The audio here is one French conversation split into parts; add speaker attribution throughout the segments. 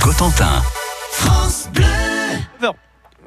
Speaker 1: Cotentin. France Bleu.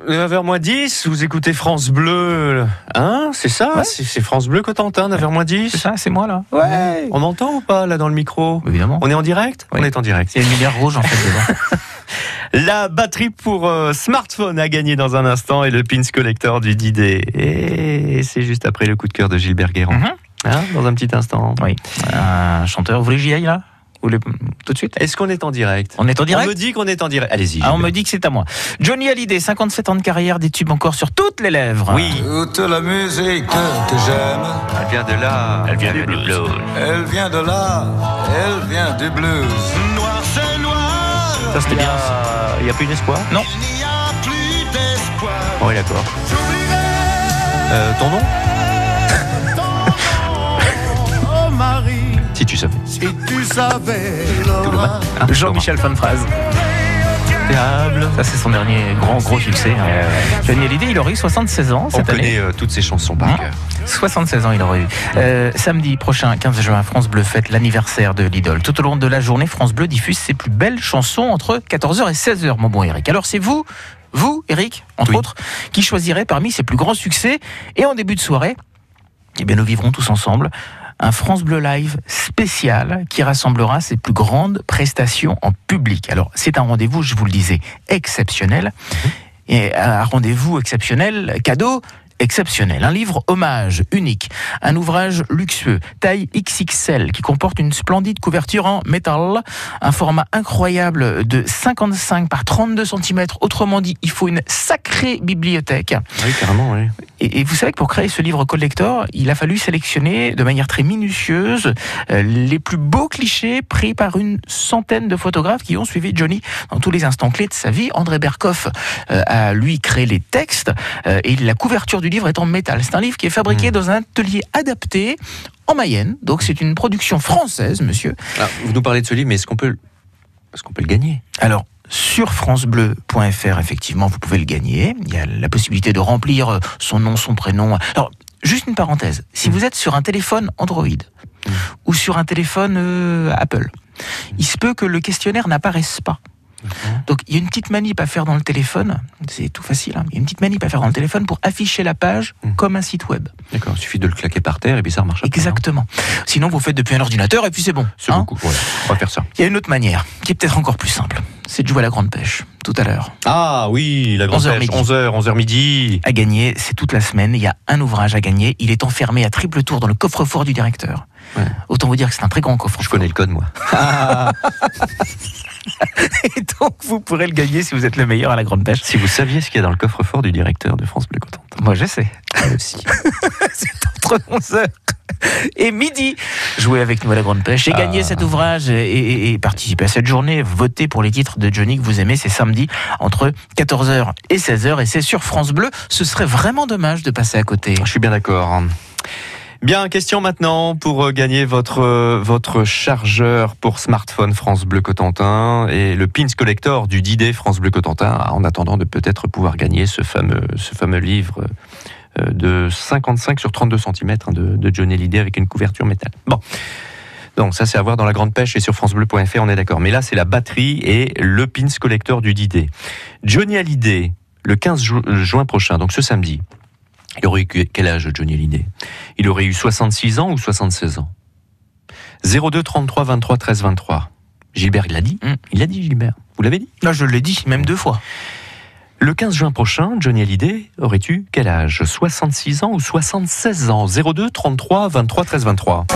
Speaker 2: 9h moins 10, vous écoutez France Bleu, hein C'est ça
Speaker 3: Ouais.
Speaker 2: C'est c'est France Bleu Cotentin, 9h moins 10
Speaker 3: C'est ça, c'est moi là.
Speaker 2: Ouais On m'entend ou pas, là, dans le micro
Speaker 3: Évidemment.
Speaker 2: On est en direct
Speaker 3: Oui.
Speaker 2: On est en direct.
Speaker 3: C'est une lumière rouge en fait devant.
Speaker 2: La batterie pour euh, smartphone à gagner dans un instant et le pins collector du Didé. Et c'est juste après le coup de cœur de Gilbert Guérand.
Speaker 3: Mhm.
Speaker 2: Hein, dans un petit instant.
Speaker 3: Oui. Euh, Un chanteur. Vous voulez que j'y aille là Vous voulez tout de suite
Speaker 2: Est-ce qu'on est en direct
Speaker 3: On est en direct
Speaker 2: On me dit qu'on est en direct. Allez-y.
Speaker 3: Ah, on me
Speaker 2: Gilbert.
Speaker 3: dit que c'est à moi. Johnny Hallyday, 57 ans de carrière, des tubes encore sur toutes les lèvres.
Speaker 2: Oui,
Speaker 4: Toute la musique que j'aime,
Speaker 2: elle vient de là. Elle vient du blues.
Speaker 4: elle vient de là, elle vient du blues.
Speaker 5: Noir, c'est noir,
Speaker 3: Ça c'était
Speaker 2: Il n'y
Speaker 3: bien. ça.
Speaker 2: a... il y a plus d'espoir
Speaker 3: Non.
Speaker 5: il n'y a plus d'espoir.
Speaker 2: Oui, d'accord. Euh, ton nom
Speaker 5: Oh Marie,
Speaker 2: Si tu savais.
Speaker 5: si tu savais, Laura,
Speaker 3: Ah,
Speaker 2: Hein,
Speaker 3: Jean-Michel Fanfraz.
Speaker 2: Diable.
Speaker 3: Ça c'est son dernier grand gros succès. hein. Johnny Hallyday, il aurait eu 76 ans
Speaker 2: On
Speaker 3: cette année.
Speaker 2: connaît euh, toutes ces chansons par
Speaker 3: Hein
Speaker 2: cœur.
Speaker 3: 76 ans, il aurait eu. Euh, samedi prochain, 15 juin, France Bleu fête l'anniversaire de l'idole. Tout au long de la journée, France Bleu diffuse ses plus belles chansons entre 14h et 16h, mon bon Eric. Alors c'est vous, vous, Eric, entre
Speaker 2: Oui.
Speaker 3: autres, qui choisirez parmi ses plus grands succès. Et en début de soirée, eh bien, nous vivrons tous ensemble un France Bleu Live spécial qui rassemblera ses plus grandes prestations en public. Alors, c'est un rendez-vous, je vous le disais, exceptionnel. Et un rendez-vous exceptionnel, cadeau exceptionnel. Un livre hommage unique, un ouvrage luxueux, taille XXL, qui comporte une splendide couverture en métal, un format incroyable de 55 par 32 cm. Autrement dit, il faut une sacrée bibliothèque.
Speaker 2: Oui, carrément, oui.
Speaker 3: Et, et vous savez que pour créer ce livre collector, il a fallu sélectionner de manière très minutieuse euh, les plus beaux clichés pris par une centaine de photographes qui ont suivi Johnny dans tous les instants clés de sa vie. André Berkoff euh, a lui créé les textes euh, et la couverture du livre est en métal. C'est un livre qui est fabriqué dans un atelier adapté en Mayenne. Donc c'est une production française, monsieur.
Speaker 2: Alors, Ah, vous nous parlez de ce livre, mais est-ce qu'on peut, le- est-ce qu'on peut le gagner
Speaker 3: Alors, sur francebleu.fr, effectivement, vous pouvez le gagner. Il y a la possibilité de remplir euh, son nom, son prénom. Alors, juste une parenthèse. Si
Speaker 2: Mm.
Speaker 3: vous êtes sur un téléphone Android ou sur un téléphone euh, Apple,
Speaker 2: Mm.
Speaker 3: il se peut que le questionnaire n'apparaisse pas. Donc, il y a une petite manip à faire dans le téléphone. C'est tout facile. hein. Il y a une petite manip à faire dans le téléphone pour afficher la page
Speaker 2: Mm.
Speaker 3: comme un site web.
Speaker 2: D'accord, il suffit de le claquer par terre et puis ça remarche.
Speaker 3: Exactement. Sinon, vous faites depuis un ordinateur et puis c'est bon.
Speaker 2: C'est
Speaker 3: hein.
Speaker 2: beaucoup. Voilà, on va faire ça.
Speaker 3: Il y a une autre manière qui est peut-être encore plus simple. C'est de jouer à la grande pêche tout à l'heure.
Speaker 2: Ah oui, la
Speaker 3: 11h midi.
Speaker 2: 11h, 11h midi.
Speaker 3: à gagner, c'est toute la semaine. Il y a un ouvrage à gagner. Il est enfermé à triple tour dans le coffre-fort du directeur.
Speaker 2: Ouais.
Speaker 3: Autant vous dire que c'est un très grand coffre.
Speaker 2: Je connais le code, moi.
Speaker 3: Et donc, vous pourrez le gagner si vous êtes le meilleur à la grande pêche.
Speaker 2: Si vous saviez ce qu'il y a dans le coffre-fort du directeur de France Bleu Cotentin.
Speaker 3: Moi, je sais. Entre 11h et midi. Jouez avec nous à la grande pêche et gagnez cet ouvrage et, et- et participez à cette journée. Votez pour les titres de Johnny que vous aimez. C'est samedi entre 14h et 16h et c'est sur France Bleu. Ce serait vraiment dommage de passer à côté.
Speaker 2: Je suis bien d'accord. Bien, question maintenant pour euh, gagner votre, euh, votre chargeur pour smartphone France Bleu Cotentin et le pins collector du Didé France Bleu Cotentin en attendant de peut-être pouvoir gagner ce fameux, ce fameux livre euh, de 55 sur 32 cm de, de Johnny Hallyday avec une couverture métal. Bon. Donc ça c'est à voir dans la grande pêche et sur francebleu.fr, on est d'accord. Mais là c'est la batterie et le pins collector du Didé. Johnny Hallyday, le 15 ju- euh, juin prochain, donc ce samedi, il aurait eu que- quel âge Johnny Hallyday Il aurait eu 66 ans ou 76 ans 02 33 23 13 23. Gilbert, il l'a dit
Speaker 3: Mm.
Speaker 2: Il l'a dit Gilbert. Vous l'avez dit
Speaker 3: Là, je l'ai dit, même deux fois.
Speaker 2: Le 15 juin prochain, Johnny Hallyday aurait eu quel âge 66 ans ou 76 ans 02 33 23 13 23.